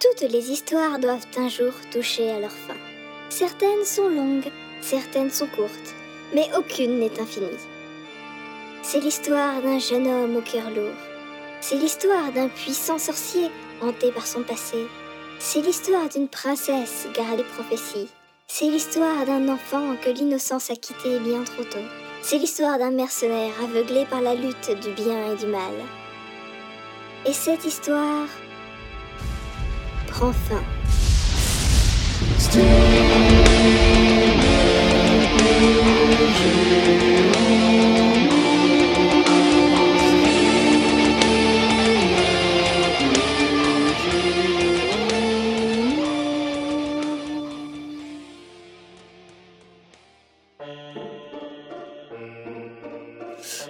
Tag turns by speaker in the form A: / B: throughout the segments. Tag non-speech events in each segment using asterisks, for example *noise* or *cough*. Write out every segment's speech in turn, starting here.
A: Toutes les histoires doivent un jour toucher à leur fin. Certaines sont longues, certaines sont courtes, mais aucune n'est infinie. C'est l'histoire d'un jeune homme au cœur lourd. C'est l'histoire d'un puissant sorcier hanté par son passé. C'est l'histoire d'une princesse gare les prophéties. C'est l'histoire d'un enfant que l'innocence a quitté bien trop tôt. C'est l'histoire d'un mercenaire aveuglé par la lutte du bien et du mal. Et cette histoire prend fin.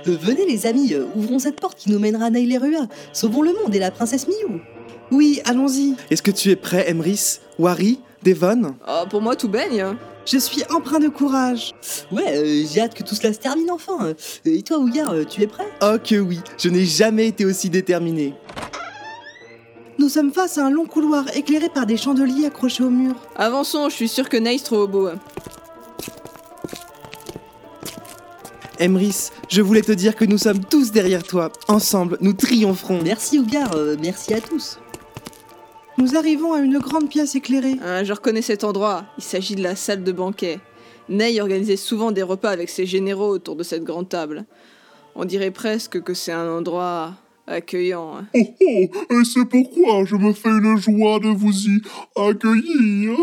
B: Euh, venez les amis, euh, ouvrons cette porte qui nous mènera à Nailerua. Sauvons le monde et la princesse Miou.
C: Oui, allons-y.
D: Est-ce que tu es prêt, Emrys Wari Devon
E: Ah, pour moi, tout baigne.
C: Je suis empreint de courage.
B: Ouais, euh, j'ai hâte que tout cela se termine enfin. Euh, Et toi, Ougar, euh, tu es prêt
D: Oh que oui, je n'ai jamais été aussi déterminé.
C: Nous sommes face à un long couloir éclairé par des chandeliers accrochés au mur.
E: Avançons, je suis sûr que Nice trouve beau.
D: Emrys, je voulais te dire que nous sommes tous derrière toi. Ensemble, nous triompherons.
B: Merci, Ougar, euh, merci à tous.
C: Nous arrivons à une grande pièce éclairée.
E: Hein, je reconnais cet endroit. Il s'agit de la salle de banquet. Ney organisait souvent des repas avec ses généraux autour de cette grande table. On dirait presque que c'est un endroit accueillant. hein.
F: Oh oh, et c'est pourquoi je me fais une joie de vous y accueillir.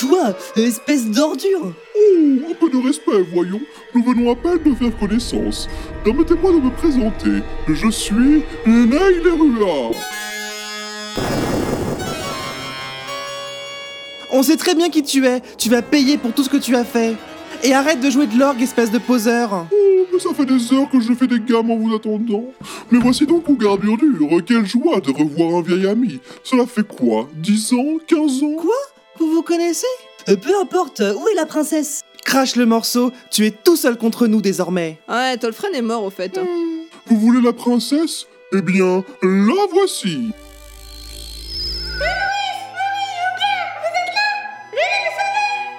B: Toi, espèce d'ordure
F: Oh, un peu de respect, voyons. Nous venons à peine de faire connaissance. Permettez-moi de me présenter. Je suis Neil Lerua.
D: On sait très bien qui tu es. Tu vas payer pour tout ce que tu as fait. Et arrête de jouer de l'orgue, espèce de poseur.
F: Oh, mais ça fait des heures que je fais des gammes en vous attendant. Mais voici donc Ougar Burdure. Quelle joie de revoir un vieil ami. Cela fait quoi 10 ans 15 ans
C: Quoi Vous vous connaissez
B: Euh, Peu importe, euh, où est la princesse
D: Crache le morceau, tu es tout seul contre nous désormais.
E: Ouais, Tolfren est mort au fait. hein.
F: Vous voulez la princesse Eh bien, la voici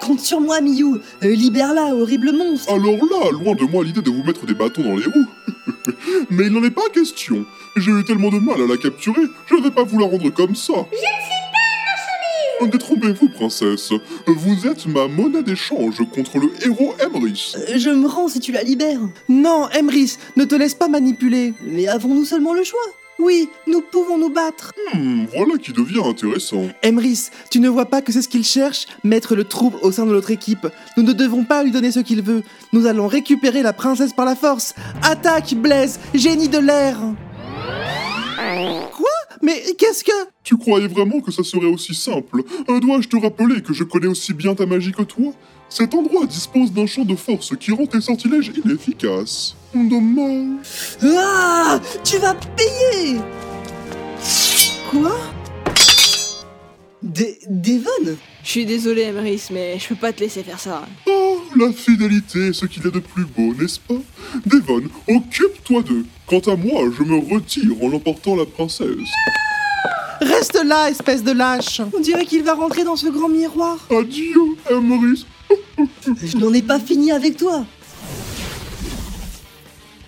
B: Compte sur moi, Miou. Euh, Libère-la, horrible monstre.
F: Alors là, loin de moi l'idée de vous mettre des bâtons dans les roues. *laughs* Mais il n'en est pas question. J'ai eu tellement de mal à la capturer, je ne vais pas vous la rendre comme ça. Je ne suis pas Détrompez-vous, princesse. Vous êtes ma monnaie d'échange contre le héros Emrys.
B: Euh, Je me rends si tu la libères.
D: Non, Emrys, ne te laisse pas manipuler.
B: Mais avons-nous seulement le choix
C: Oui, nous pouvons nous battre.
F: Hmm, voilà qui devient intéressant.
D: Emrys, tu ne vois pas que c'est ce qu'il cherche Mettre le trouble au sein de notre équipe. Nous ne devons pas lui donner ce qu'il veut. Nous allons récupérer la princesse par la force. Attaque, Blaise, génie de l'air Quoi Mais qu'est-ce que...
F: Tu croyais vraiment que ça serait aussi simple Euh, Dois-je te rappeler que je connais aussi bien ta magie que toi Cet endroit dispose d'un champ de force qui rend tes sortilèges inefficaces. Dommage.
B: Ah Tu vas payer
C: Quoi
B: Des Devon
E: Je suis désolé, Emrys, mais je peux pas te laisser faire ça.
F: Oh, la fidélité est ce qu'il y a de plus beau, n'est-ce pas Devon, occupe-toi d'eux. Quant à moi, je me retire en emportant la princesse.
D: Reste là, espèce de lâche
C: On dirait qu'il va rentrer dans ce grand miroir.
F: Adieu, Emrys.
B: Je n'en ai pas fini avec toi.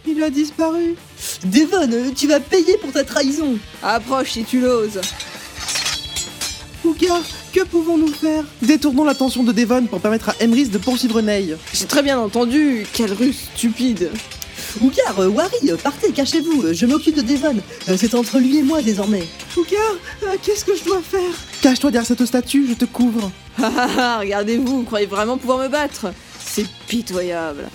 C: Il a disparu.
B: Devon, euh, tu vas payer pour ta trahison.
E: Approche si tu l'oses.
C: Ougar, que pouvons-nous faire
D: Détournons l'attention de Devon pour permettre à Emrys de poursuivre Ney.
E: J'ai très bien entendu. Quelle ruse stupide. *laughs*
B: Ougar, euh, Wari, euh, partez, cachez-vous. euh, Je m'occupe de Devon. Euh, C'est entre lui et moi désormais.
C: Ougar, euh, qu'est-ce que je dois faire
D: Cache-toi derrière cette statue, je te couvre.
E: Ah ah ah, regardez-vous, vous croyez vraiment pouvoir me battre C'est pitoyable.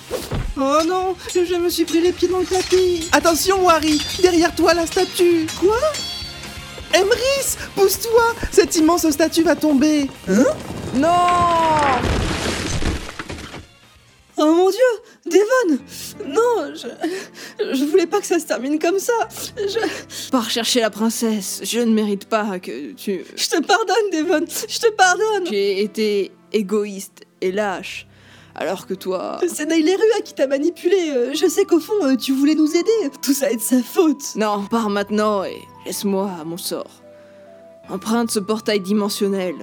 C: Oh non, je me suis pris les pieds dans le tapis.
D: Attention, Wari Derrière toi, la statue Quoi Emrys, pousse-toi Cette immense statue va tomber
E: Non
C: Oh mon dieu, Devon Non, je... Je voulais pas que ça se termine comme ça. Je...
E: Pas rechercher la princesse, je ne mérite pas que tu...
C: Je te pardonne, Devon, je te pardonne.
E: J'ai été égoïste et lâche, alors que toi...
C: C'est Nail Rua qui t'a manipulé. euh, Je sais qu'au fond, euh, tu voulais nous aider. Tout ça est de sa faute.
E: Non, pars maintenant et laisse-moi à mon sort. Emprunte ce portail dimensionnel.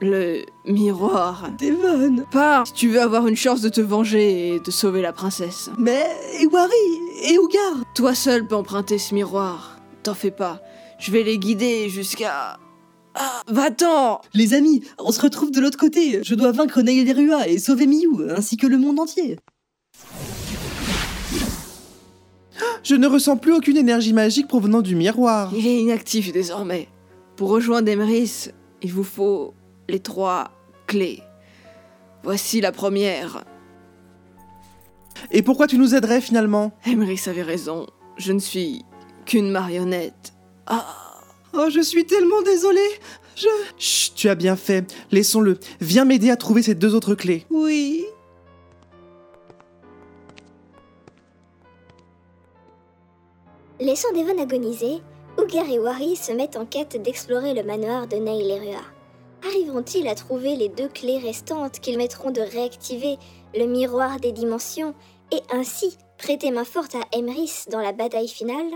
E: Le miroir.
C: Devon
E: Pars si tu veux avoir une chance de te venger et de sauver la princesse.
C: Mais Ewari et Ougar
E: Toi seul peux emprunter ce miroir. T'en fais pas. Je vais les guider jusqu'à. Ah, va-t'en
B: Les amis, on se retrouve de l'autre côté. Je dois vaincre Naïlerua et sauver Miyu, ainsi que le monde entier.
D: Je ne ressens plus aucune énergie magique provenant du miroir.
E: Il est inactif désormais. Pour rejoindre Emeris, il vous faut les trois clés. Voici la première.
D: Et pourquoi tu nous aiderais finalement
E: Emeris avait raison. Je ne suis qu'une marionnette. Ah,
C: Oh, je suis tellement désolée
D: Chut, tu as bien fait. Laissons-le. Viens m'aider à trouver ces deux autres clés.
C: Oui.
A: Laissant Devon agoniser, Ougar et Wari se mettent en quête d'explorer le manoir de Naïlerua. Arriveront-ils à trouver les deux clés restantes qu'ils mettront de réactiver le miroir des dimensions et ainsi prêter main forte à Emrys dans la bataille finale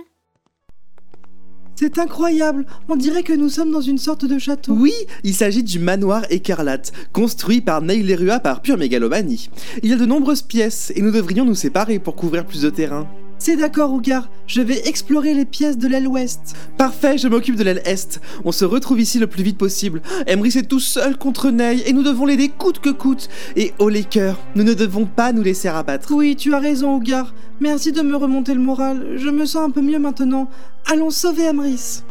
C: C'est incroyable On dirait que nous sommes dans une sorte de château.
D: Oui, il s'agit du manoir écarlate, construit par Neil Lerua par pure mégalomanie. Il y a de nombreuses pièces et nous devrions nous séparer pour couvrir plus de terrain.
C: C'est d'accord, Ougar. Je vais explorer les pièces de l'aile ouest.
D: Parfait, je m'occupe de l'aile est. On se retrouve ici le plus vite possible. Emrys est tout seul contre Ney et nous devons l'aider coûte que coûte. Et oh les cœurs, nous ne devons pas nous laisser abattre.
C: Oui, tu as raison, Ougar. Merci de me remonter le moral. Je me sens un peu mieux maintenant. Allons sauver Amris.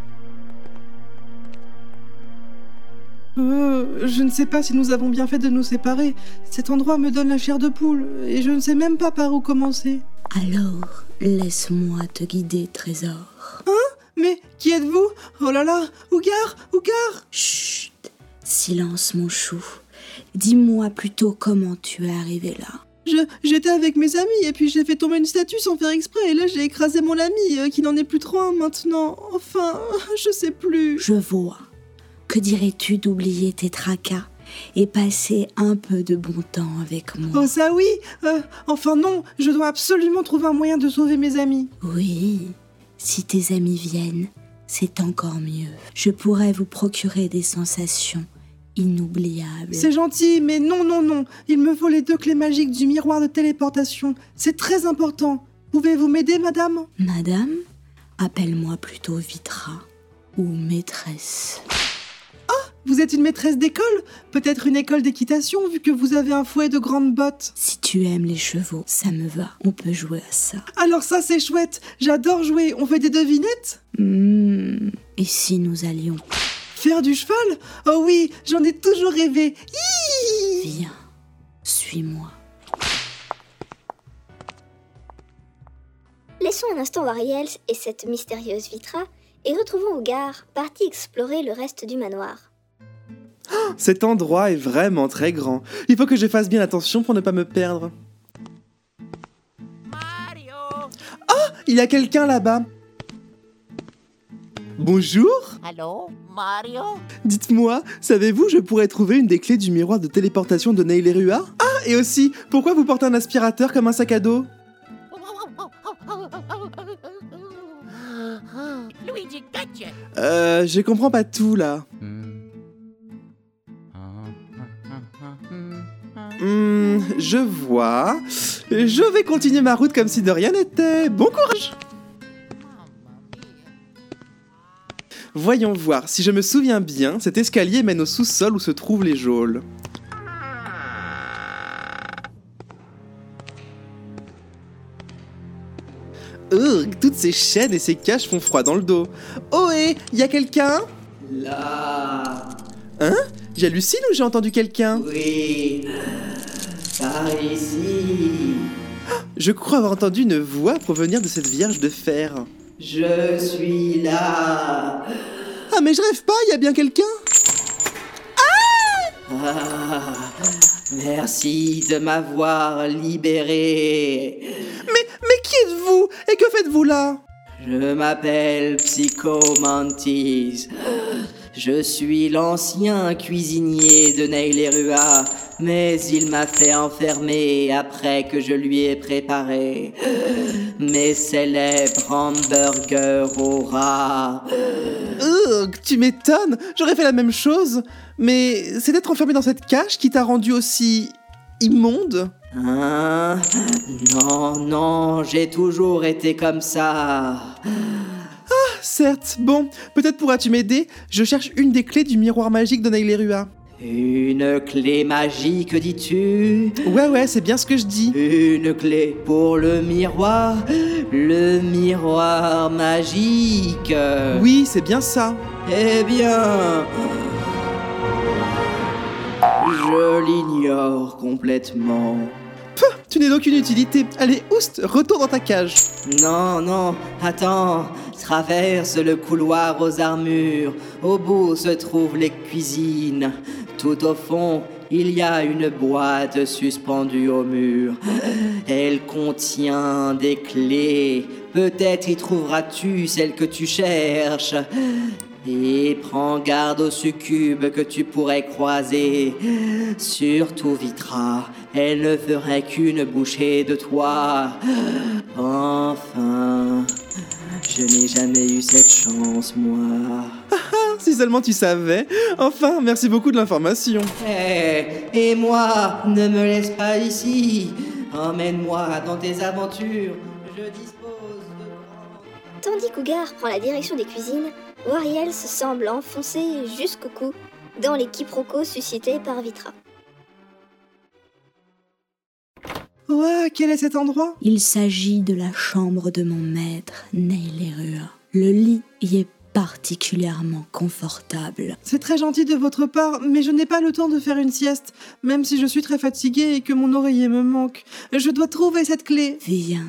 C: Euh, je ne sais pas si nous avons bien fait de nous séparer. Cet endroit me donne la chair de poule et je ne sais même pas par où commencer.
G: Alors, laisse-moi te guider, trésor.
C: Mais qui êtes-vous Oh là là Ougar Ougar
G: Chut Silence, mon chou. Dis-moi plutôt comment tu es arrivé là.
C: Je- J'étais avec mes amis et puis j'ai fait tomber une statue sans faire exprès et là j'ai écrasé mon ami euh, qui n'en est plus trop un maintenant. Enfin, *laughs* je sais plus.
G: Je vois. Que dirais-tu d'oublier tes tracas et passer un peu de bon temps avec moi
C: Oh ça oui Euh, Enfin non, je dois absolument trouver un moyen de sauver mes amis.
G: Oui, si tes amis viennent, c'est encore mieux. Je pourrais vous procurer des sensations inoubliables.
C: C'est gentil, mais non, non, non. Il me faut les deux clés magiques du miroir de téléportation. C'est très important. Pouvez-vous m'aider, madame
G: Madame, appelle-moi plutôt Vitra ou maîtresse.
C: Vous êtes une maîtresse d'école Peut-être une école d'équitation, vu que vous avez un fouet de grandes bottes.
G: Si tu aimes les chevaux, ça me va. On peut jouer à ça.
C: Alors ça, c'est chouette. J'adore jouer. On fait des devinettes
G: Hmm, Et si nous allions
C: Faire du cheval Oh oui, j'en ai toujours rêvé. Hi
G: Viens, suis-moi.
A: Laissons un instant Wariels et cette mystérieuse Vitra et retrouvons Ougar, parti explorer le reste du manoir.
D: Cet endroit est vraiment très grand. Il faut que je fasse bien attention pour ne pas me perdre. Ah, il y a quelqu'un là-bas. Bonjour
H: Allô, Mario
D: Dites-moi, savez-vous, je pourrais trouver une des clés du miroir de téléportation de Neil Lerua Ah, et aussi, pourquoi vous portez un aspirateur comme un sac à dos
H: Luigi Gadget
D: Euh, je comprends pas tout là. Hmm, je vois. Je vais continuer ma route comme si de rien n'était. Bon courage Voyons voir, si je me souviens bien, cet escalier mène au sous-sol où se trouvent les geôles. Ugh, toutes ces chaînes et ces caches font froid dans le dos. Ohé, y a quelqu'un
B: Là,
D: J'hallucine ou j'ai entendu quelqu'un
B: oui, par ici.
D: Je crois avoir entendu une voix provenir de cette vierge de fer.
B: Je suis là.
D: Ah mais je rêve pas, y a bien quelqu'un
B: Ah, merci de m'avoir libéré.
D: Mais qui êtes-vous Et que faites-vous là
B: Je m'appelle Psychomantis. Je suis l'ancien cuisinier de Nail et Rua,
D: mais il m'a fait enfermer après que je lui ai préparé mes célèbres hamburgers au rat.
I: Ugh, Oh, tu m'étonnes, j'aurais fait la même chose. Mais c'est d'être enfermé dans cette cage qui t'a rendu aussi immonde.
D: Hein Non, non, j'ai toujours été comme ça.
I: Certes, bon, peut-être pourras-tu m'aider. Je cherche une des clés du miroir magique de Nailerua.
D: Une clé magique, dis-tu
I: Ouais, ouais, c'est bien ce que je dis.
D: Une clé pour le miroir, le miroir magique.
I: Oui, c'est bien ça.
D: Eh bien, je l'ignore complètement.
I: Tu n'es d'aucune utilité. Allez, oust, retourne dans ta cage.
D: Non, non, attends. Traverse le couloir aux armures. Au bout se trouvent les cuisines. Tout au fond, il y a une boîte suspendue au mur. Elle contient des clés. Peut-être y trouveras-tu celle que tu cherches. Et prends garde aux succubes que tu pourrais croiser. Surtout Vitra, elle ne ferait qu'une bouchée de toi. Enfin, je n'ai jamais eu cette chance, moi.
I: Ah, Si seulement tu savais. Enfin, merci beaucoup de l'information.
D: Hé, Eh, et moi, ne me laisse pas ici. Emmène-moi dans tes aventures. Je dispose de...
A: Tandis qu'Ougar prend la direction des cuisines, Wariel se semble enfoncer jusqu'au cou dans les quiproquos suscités par Vitra.
I: Ouah, quel est cet endroit
G: Il s'agit de la chambre de mon maître, Neilerua. Le lit y est particulièrement confortable.
C: C'est très gentil de votre part, mais je n'ai pas le temps de faire une sieste, même si je suis très fatiguée et que mon oreiller me manque. Je dois trouver cette clé.
G: Viens,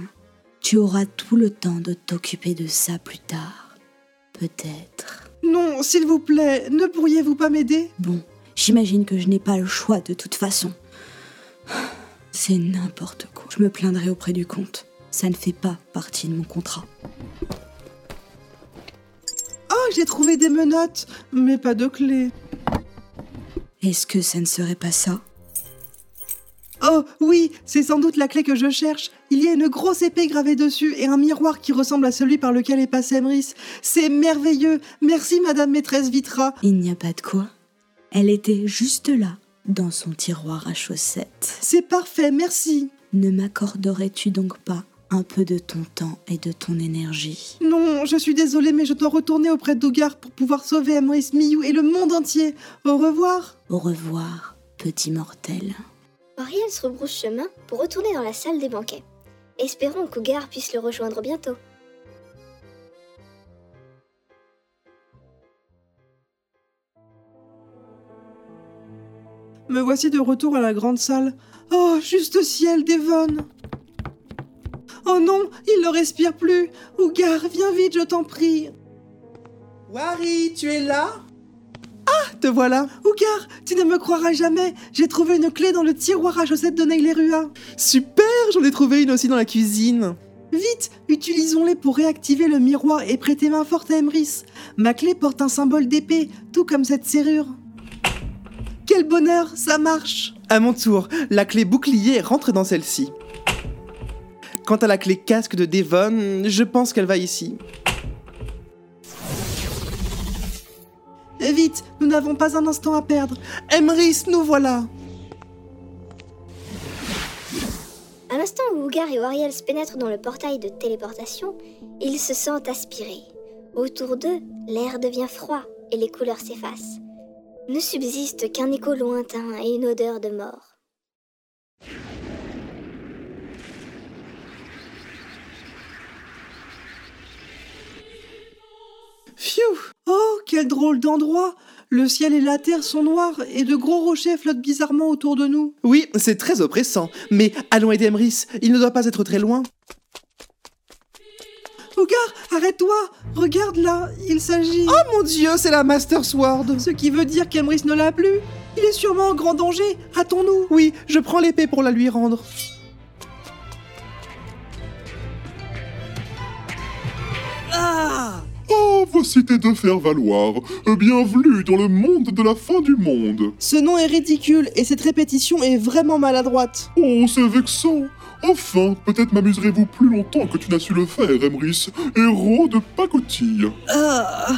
G: tu auras tout le temps de t'occuper de ça plus tard. Peut-être.
C: Non, s'il vous plaît, ne pourriez-vous pas m'aider
G: Bon, j'imagine que je n'ai pas le choix de toute façon. C'est n'importe quoi. Je me plaindrai auprès du comte. Ça ne fait pas partie de mon contrat.
C: Oh, j'ai trouvé des menottes, mais pas de clé.
G: Est-ce que ça ne serait pas ça
C: Oh, oui, c'est sans doute la clé que je cherche. Il y a une grosse épée gravée dessus et un miroir qui ressemble à celui par lequel est passé Emrys. C'est merveilleux. Merci, madame maîtresse Vitra.
G: Il n'y a pas de quoi. Elle était juste là, dans son tiroir à chaussettes.
C: C'est parfait, merci.
G: Ne m'accorderais-tu donc pas un peu de ton temps et de ton énergie
C: Non, je suis désolée, mais je dois retourner auprès d'Ougar pour pouvoir sauver Emrys, Miou et le monde entier. Au revoir.
G: Au revoir, petit mortel.
A: Wariel se rebrousse chemin pour retourner dans la salle des banquets. Espérons qu'Ougar puisse le rejoindre bientôt.
C: Me voici de retour à la grande salle. Oh, juste ciel, Devon Oh non, il ne respire plus Ougar, viens vite, je t'en prie
I: Wari, tu es là Ah, te voilà.
C: Ougar, tu ne me croiras jamais J'ai trouvé une clé dans le tiroir à chaussettes de Neilerua
I: Super, j'en ai trouvé une aussi dans la cuisine.
C: Vite, utilisons-les pour réactiver le miroir et prêter main forte à Emrys. Ma clé porte un symbole d'épée, tout comme cette serrure. Quel bonheur, ça marche
I: À mon tour, la clé bouclier rentre dans celle-ci. Quant à la clé casque de Devon, je pense qu'elle va ici.
C: Vite, nous n'avons pas un instant à perdre.
I: Emrys, nous voilà
A: À l'instant où Ougar et Wariel se pénètrent dans le portail de téléportation, ils se sentent aspirés. Autour d'eux, l'air devient froid et les couleurs s'effacent. Ne subsiste qu'un écho lointain et une odeur de mort.
C: Phew Oh, quel drôle d'endroit Le ciel et la terre sont noirs et de gros rochers flottent bizarrement autour de nous.
I: Oui, c'est très oppressant, mais allons aider Emrys, il ne doit pas être très loin.
C: Ougar, arrête-toi Regarde là, il s'agit...
I: Oh mon dieu, c'est la Master Sword
C: Ce qui veut dire qu'Emrys ne l'a plus Il est sûrement en grand danger Hâtons-nous
I: Oui, je prends l'épée pour la lui rendre.
C: Ah Ah
F: Oh, capacité de faire valoir. Euh, Bienvenue dans le monde de la fin du monde.
C: Ce nom est ridicule et cette répétition est vraiment maladroite.
F: Oh, c'est vexant. Enfin, peut-être m'amuserez-vous plus longtemps que tu n'as su le faire, Emrys, héros de pacotille.
C: Ah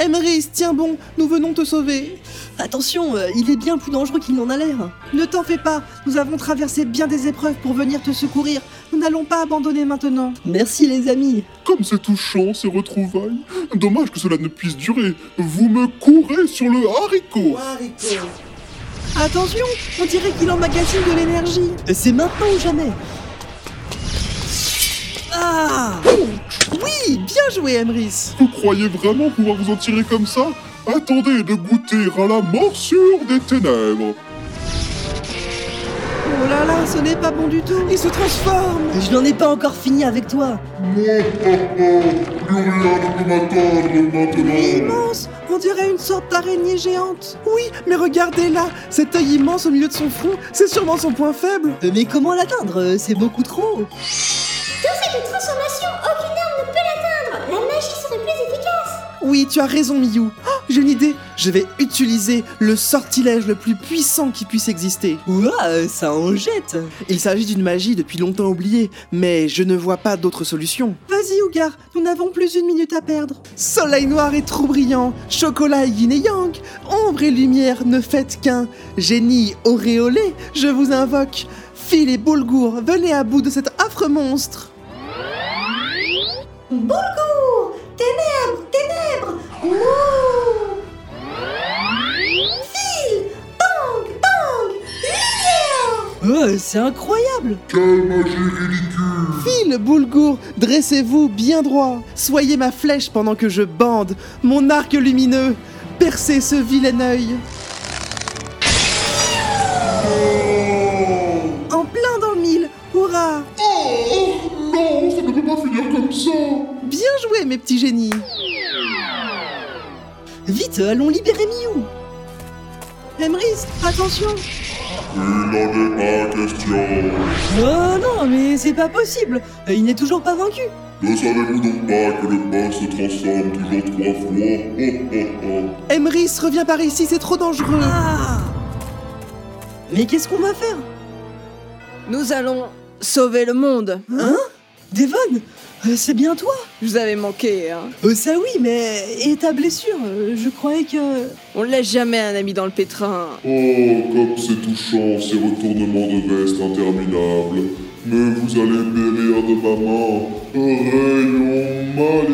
C: Emrys, tiens bon, nous venons te sauver. Attention, euh, il est bien plus dangereux qu'il n'en a l'air. Ne t'en fais pas, nous avons traversé bien des épreuves pour venir te secourir. Nous n'allons pas abandonner maintenant. Merci les amis.
F: Comme c'est touchant ces retrouvailles. Dommage que cela ne puisse durer. Vous me courez sur le haricot.
C: Attention, on dirait qu'il emmagasine de l'énergie. C'est maintenant ou jamais. Ah Oui, bien joué Emrys.
F: Vous croyez vraiment pouvoir vous en tirer comme ça Attendez de goûter à la morsure des ténèbres.
C: Oh là là, ce n'est pas bon du tout. Il se transforme.
B: Je n'en ai pas encore fini avec toi.
C: Il est immense. On dirait une sorte d'araignée géante.
D: Oui, mais regardez là, cet œil immense au milieu de son front, c'est sûrement son point faible.
B: Euh, Mais comment l'atteindre Euh, C'est beaucoup trop.
J: Dans cette transformation, aucune arme ne peut l'atteindre. La magie serait plus efficace.
D: Oui, tu as raison, Miyu. Oh, j'ai une idée. Je vais utiliser le sortilège le plus puissant qui puisse exister.
B: Ouah, euh, ça en jette.
D: Il s'agit d'une magie depuis longtemps oubliée, mais je ne vois pas d'autre solution.
C: Vas-y, Ougar, nous n'avons plus une minute à perdre.
D: Soleil noir et trou brillant, chocolat et yin et yang, ombre et lumière ne faites qu'un. Génie auréolé, je vous invoque. Fil et Boulgour, venez à bout de cet affreux monstre.
J: Boulgour Ténèbres Ténèbres Ouh Fil Bang Bang Lumière
D: Oh,
B: Euh, c'est incroyable.
F: Quelle magie ridicule
D: Fil, Boulgour, dressez-vous bien droit. Soyez ma flèche pendant que je bande, mon arc lumineux. Percez ce vilain œil.
C: En plein dans le mille. Hurrah
F: Oh non, ça ne peut pas finir comme ça
D: Bien joué, mes petits génies.
B: Vite, euh, allons libérer Miou.
C: Emrys, attention
F: Il n'en est pas question
B: Oh non, mais c'est pas possible. Euh, Il n'est toujours pas vaincu.
F: Ne savez-vous donc pas que le pain se transforme toujours trois fois Oh,
D: Emrys, reviens par ici, c'est trop dangereux.
B: Ah Mais qu'est-ce qu'on va faire
E: Nous allons sauver le monde.
B: Devon euh, C'est bien toi
E: Je vous avais manqué, hein.
B: Euh, Ça oui, mais... Et ta blessure Euh, Je croyais que...
E: On ne laisse jamais un ami dans le pétrin.
F: Oh, comme c'est touchant ces retournements de veste interminables. Mais vous allez périr de ma main. Un rayon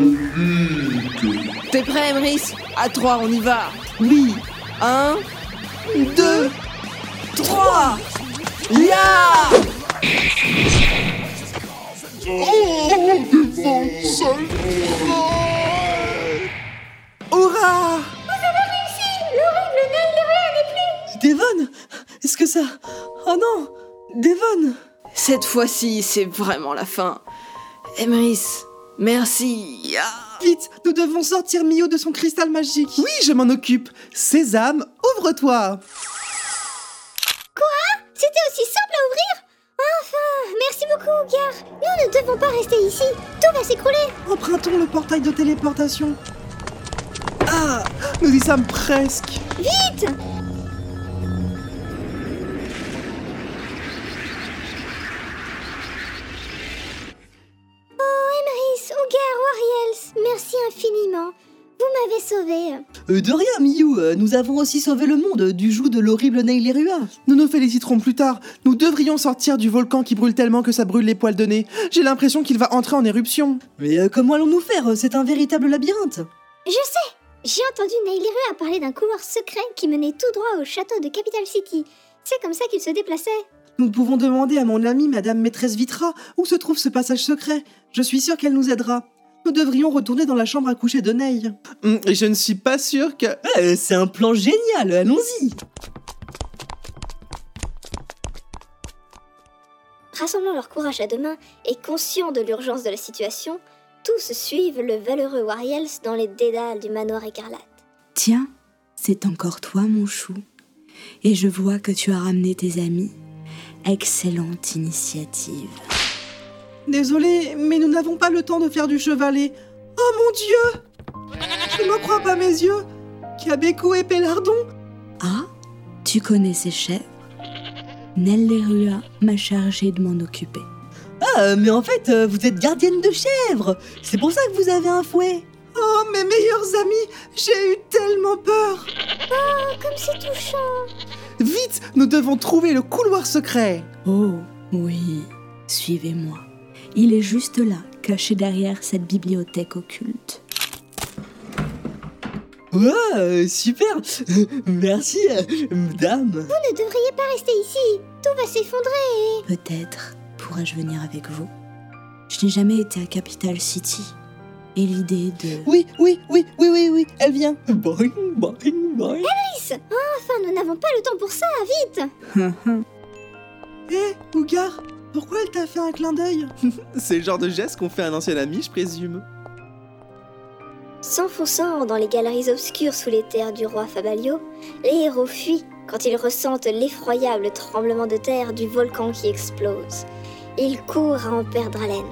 F: maléfique.
E: T'es prêt, Emrys À trois, on y va.
D: Oui,
E: Un,
D: deux,
E: trois Ya
F: Oh, des vents sacrés.
D: hurrah
J: L'horrible Naïlera n'est plus
B: Devon Est-ce que ça... Oh non Devon
E: Cette fois-ci, c'est vraiment la fin. Emrys, merci. Ah. Ya
C: Vite, nous devons sortir Mio de son cristal magique.
D: Oui, je m'en occupe. Sésame, ouvre-toi.
J: C'était aussi simple à ouvrir Enfin Merci beaucoup, Ougar Nous ne devons pas rester ici Tout va s'écrouler
C: Empruntons le portail de téléportation.
D: Ah, nous y sommes presque.
J: Vite Oh, Emrys, Ougar, Wariels, merci infiniment. Vous m'avez sauvé.
B: Euh, De rien, Miou euh, Nous avons aussi sauvé le monde euh, du joug de l'horrible Neilerua.
D: Nous nous féliciterons plus tard. Nous devrions sortir du volcan qui brûle tellement que ça brûle les poils de nez. J'ai l'impression qu'il va entrer en éruption.
B: Mais euh, comment allons-nous faire C'est un véritable labyrinthe.
J: Je sais J'ai entendu Nailirua parler d'un couloir secret qui menait tout droit au château de Capital City. C'est comme ça qu'il se déplaçait.
C: Nous pouvons demander à mon amie, Madame Maîtresse Vitra, où se trouve ce passage secret. Je suis sûre qu'elle nous aidera. Nous devrions retourner dans la chambre à coucher de Ney.
D: Hum, et je ne suis pas sûr que...
B: Euh, c'est un plan génial, allons-y
A: Rassemblant leur courage à deux mains et conscients de l'urgence de la situation, tous suivent le valeureux Wariels dans les dédales du manoir écarlate.
G: Tiens, c'est encore toi, mon chou. Et je vois que tu as ramené tes amis. Excellente initiative.
C: Désolé, mais nous n'avons pas le temps de faire du chevalet. Oh mon dieu
K: Je n'en crois pas mes yeux Kabeko et Pélardon
G: Ah, tu connais ces chèvres Nel Lerua m'a chargé de m'en occuper.
C: Ah, mais en fait, euh, vous êtes gardienne de chèvres C'est pour ça que vous avez un fouet
K: Oh, mes meilleurs amis J'ai eu tellement peur
A: Oh, comme c'est touchant
D: Vite, nous devons trouver le couloir secret.
G: Oh, oui, suivez-moi. Il est juste là, caché derrière cette bibliothèque occulte.
C: Ouais, euh, super
D: *laughs*
C: Merci, euh, madame
A: Vous ne devriez pas rester ici Tout va s'effondrer
G: Peut-être pourrais-je venir avec vous. Je n'ai jamais été à Capital City. Et l'idée de...
D: Oui, oui, oui, oui, oui, oui, elle vient.
C: Boing, boing, boing
A: Alice Oh, Enfin, nous n'avons pas le temps pour ça Vite
K: Hé, Eh, Ougar Pourquoi elle t'a fait un clin d'œil
D: C'est le genre de geste qu'on fait à un ancien ami, je présume.
L: S'enfonçant dans les galeries obscures sous les terres du roi Fabalio, les héros fuient quand ils ressentent l'effroyable tremblement de terre du volcan qui explose. Ils courent à en perdre haleine.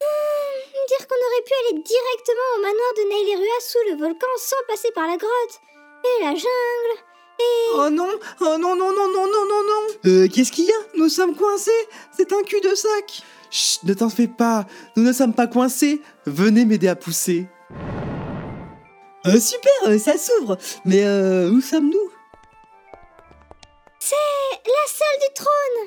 A: Hmm, Dire qu'on aurait pu aller directement au manoir de Nailerua sous le volcan sans passer par la grotte Et la jungle
K: Oh non Oh non, non, non, non, non, non, non
D: Euh, qu'est-ce qu'il y a
K: Nous sommes coincés C'est un cul-de-sac
D: Chut, ne t'en fais pas, nous ne sommes pas coincés. Venez m'aider à pousser.
C: Euh, Super, euh, ça s'ouvre Mais euh, où sommes-nous
A: La salle du trône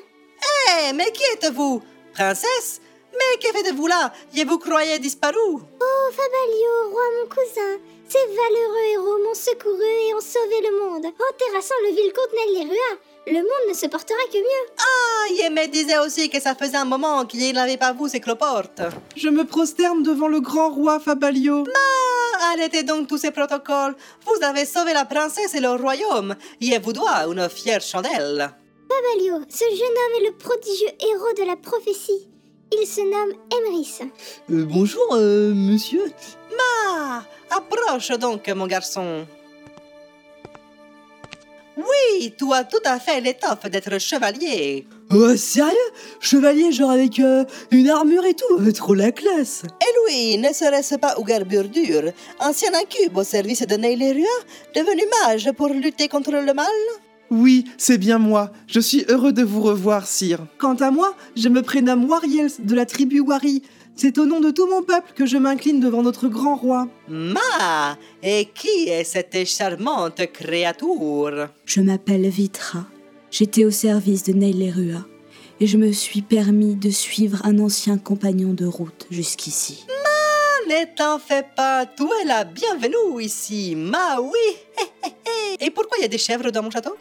B: Eh, mais qui êtes-vous Princesse Mais que faites-vous là Je vous croyais disparu
A: Oh Fabalio, roi mon cousin Ces valeureux héros m'ont secouru et ont sauvé le monde En terrassant le vil comte Nailerua Le monde ne se portera que mieux
B: Ah, je me disais aussi que ça faisait un moment qu'il n'avait pas vu ses cloportes.
K: Je me prosterne devant le grand roi Fabalio.
B: Ah, arrêtez donc tous ces protocoles. Vous avez sauvé la princesse et le royaume. Je vous dois une fière chandelle.
A: Fabalio, ce jeune homme est le prodigieux héros de la prophétie Il se nomme Emrys
C: Euh, Bonjour, euh, monsieur.
B: Ah, approche donc, mon garçon. Oui, tu as tout à fait l'étoffe d'être chevalier.
C: Oh, sérieux Chevalier, genre avec euh, une armure et tout euh, Trop la classe
B: Et lui, ne serait-ce pas Ougar Burdur, ancien incube au service de Neileria, devenu mage pour lutter contre le mal
D: Oui, c'est bien moi. Je suis heureux de vous revoir, sire.
K: Quant à moi, je me prénomme Wariels de la tribu Wari. C'est au nom de tout mon peuple que je m'incline devant notre grand roi.
B: Ma Et qui est cette charmante créature
G: Je m'appelle Vitra. J'étais au service de Neil Lerua. Et je me suis permis de suivre un ancien compagnon de route jusqu'ici.
B: Ne t'en fais pas, tu es la bienvenue ici, ma oui Hé, hé, hé. Et pourquoi il y a des chèvres dans mon château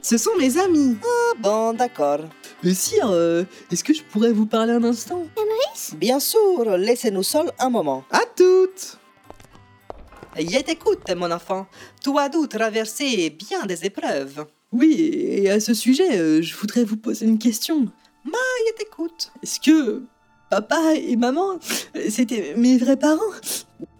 K: Ce sont mes amis.
B: Ah bon, d'accord.
C: Euh, Sire, euh, est-ce que je pourrais vous parler un instant
B: Bien sûr, laissez-nous seuls un moment.
D: À toutes
B: Je t'écoute, mon enfant. Tu as dû traverser bien des épreuves.
C: Oui, et à ce sujet, euh, je voudrais vous poser une question.
B: Je t'écoute.
C: Est-ce que papa et maman, euh, c'était mes vrais parents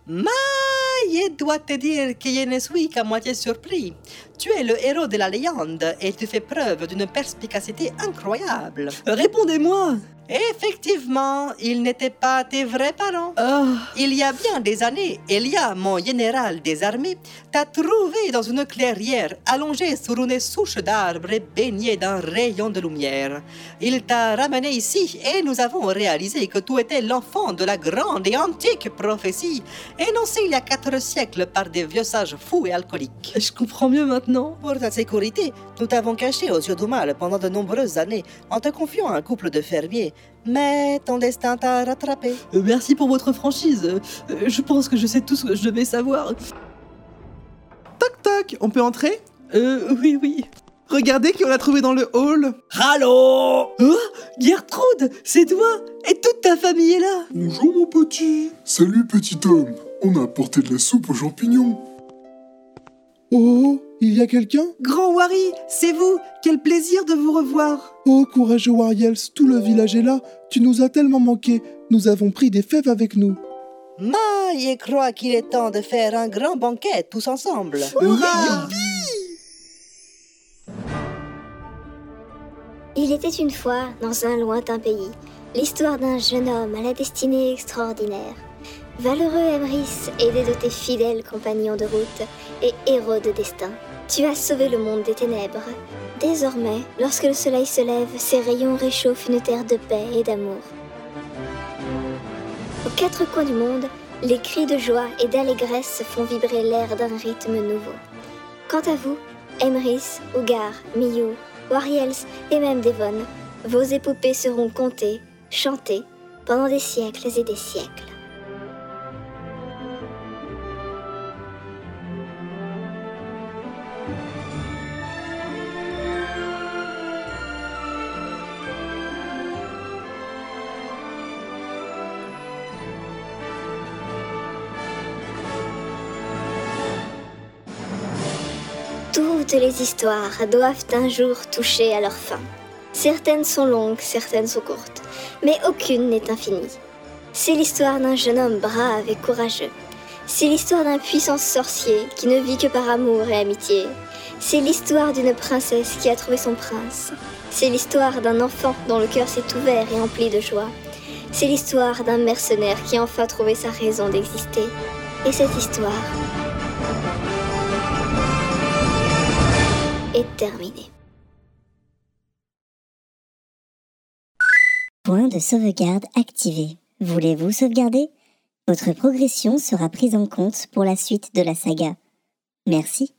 B: Ah, Je dois te dire que je ne suis qu'à moitié surpris. Tu es le héros de la légende et tu fais preuve d'une perspicacité incroyable.
C: Répondez-moi
B: Effectivement, ils n'étaient pas tes vrais parents.
C: Ah,
B: Il y a bien des années, Elia, mon général des armées, t'a trouvé dans une clairière allongée sur une souche d'arbre et baignée d'un rayon de lumière. Il t'a ramené ici et nous avons réalisé que tu étais l'enfant de la grande et antique prophétie énoncée il y a quatre siècles par des vieux sages fous et alcooliques.
C: Je comprends mieux maintenant.
B: Pour ta sécurité, nous t'avons caché aux yeux du mal pendant de nombreuses années en te confiant à un couple de fermiers. Mais ton destin t'a rattrapé.
C: Euh, Merci pour votre franchise. Euh, euh, Je pense que je sais tout ce que je devais savoir.
D: Toc toc, on peut entrer
C: Euh, oui, oui.
D: Regardez qui on a trouvé dans le hall.
B: Allô
C: Oh, Gertrude, c'est toi Et toute ta famille est là
F: Bonjour mon petit Salut petit homme On a apporté de la soupe aux champignons
D: Oh, il y a quelqu'un
K: Grand Wari, c'est vous. Quel plaisir de vous revoir.
D: Oh, courageux Wariels, tout le village est là. Tu nous as tellement manqué. Nous avons pris des fèves avec nous.
B: Ma, je crois qu'il est temps de faire un grand banquet tous ensemble.
K: Hurrah
L: Ils
A: Il était une fois, dans un lointain pays, l'histoire d'un jeune homme à la destinée extraordinaire. Valeureux Emrys, aidé de tes fidèles compagnons de route et héros de destin, tu as sauvé le monde des ténèbres. Désormais, lorsque le soleil se lève, ses rayons réchauffent une terre de paix et d'amour. Aux quatre coins du monde, les cris de joie et d'allégresse font vibrer l'air d'un rythme nouveau. Quant à vous, Emrys, Ougar, Miyu, Wariels et même Devon, vos épopées seront contées, chantées, pendant des siècles et des siècles. Toutes les histoires doivent un jour toucher à leur fin. Certaines sont longues, certaines sont courtes, mais aucune n'est infinie. C'est l'histoire d'un jeune homme brave et courageux. C'est l'histoire d'un puissant sorcier qui ne vit que par amour et amitié. C'est l'histoire d'une princesse qui a trouvé son prince. C'est l'histoire d'un enfant dont le cœur s'est ouvert et empli de joie. C'est l'histoire d'un mercenaire qui a enfin trouvé sa raison d'exister. Et cette histoire est terminée.
M: Point de sauvegarde activé. Voulez-vous sauvegarder Votre progression sera prise en compte pour la suite de la saga. Merci.